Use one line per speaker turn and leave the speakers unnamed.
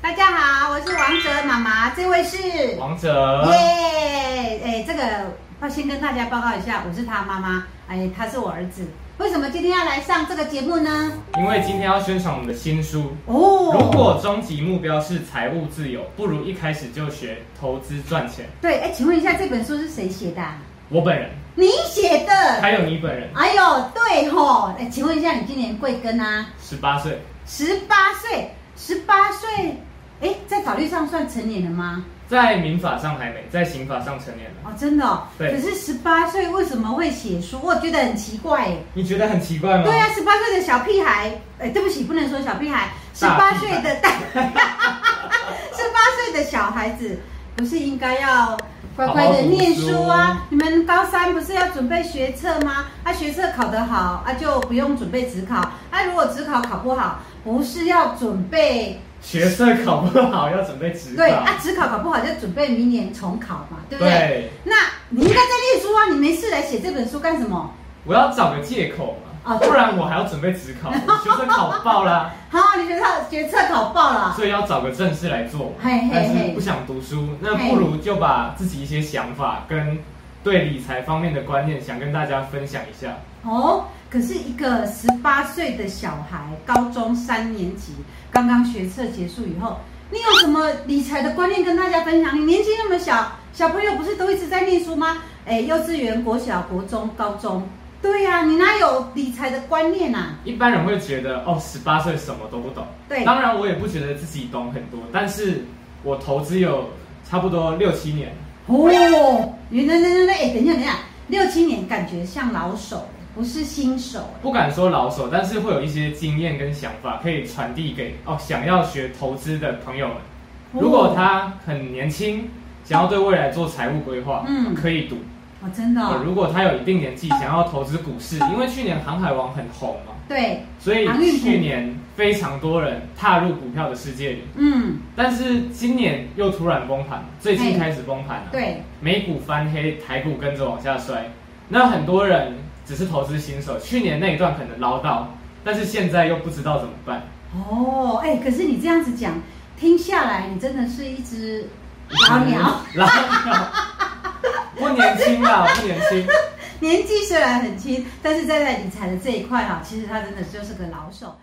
大家好，我是王哲妈妈，这位是耶，
王者，
哎，这个要先跟大家报告一下，我是他妈妈，哎，他是我儿子。为什么今天要来上这个节目呢？
因为今天要宣传我们的新书。
哦，
如果终极目标是财务自由，不如一开始就学投资赚钱。
对，哎，请问一下，这本书是谁写的啊、
我本人，
你写的？
还有你本人，
哎呦，对吼，哎，请问一下，你今年贵庚啊？
十八岁，
十八岁，十八岁，哎，在法律上算成年了吗？
在民法上还没，在刑法上成年了。
哦，真的、哦。
对
可是十八岁为什么会写书？我觉得很奇怪哎。
你觉得很奇怪吗？
对啊，十八岁的小屁孩，哎，对不起，不能说小屁孩，十八岁的大， 十八岁的小孩子，不是应该要乖乖的念书啊？
好好读书
你们高三不是要准备学测吗？啊，学测考得好啊，就不用准备职考。啊，如果职考考不好，不是要准备
学测考不好要准备职考
对。啊，职考考不好就准备明年重考嘛，对不对？
对，
那你应该在念书啊，你没事来写这本书干什么？
我要找个借口嘛，
哦
不然我还要准备职考，我学测考爆啦，
好，你学测学测考爆了，
所以要找个正事来做。
嘿嘿
但是
嘿
不，想读书，那不如就把自己一些想法跟对理财方面的观念，想跟大家分享一下。
哦，可是一个十八岁的小孩，高中三年级，刚刚学测结束以后，你有什么理财的观念跟大家分享？你年纪那么小，小朋友不是都一直在念书吗？哎，幼稚园、国小、国中、高中，对呀、你哪有理财的观念啊？
一般人会觉得哦，十八岁什么都不懂。
对，
当然我也不觉得自己懂很多，但是我投资有差不多六七年，
哦，原来那那那，哎，等一下等一下，六七年感觉像老手，不是新手。
不敢说老手，但是会有一些经验跟想法可以传递给哦想要学投资的朋友们。
哦
如果他很年轻，想要对未来做财务规划，
嗯
可以读。
哦，真的哦、
如果他有一定年纪，想要投资股市，因为去年航海王很红嘛，
对，
所以
航运股
去年非常多人踏入股票的世界里，
嗯，
但是今年又突然崩盘，最近
嘿
开始崩盘了、，
对，
美股翻黑，台股跟着往下摔。那很多人只是投资新手，去年那一段可能捞到，但是现在又不知道怎么办。
哦，哎、可是你这样子讲，听下来，你真的是一只老 鸟。
嗯， 老鸟，不年轻啦，不年轻。
年纪虽然很轻，但是在在理财的这一块哈、其实他真的就是个老手。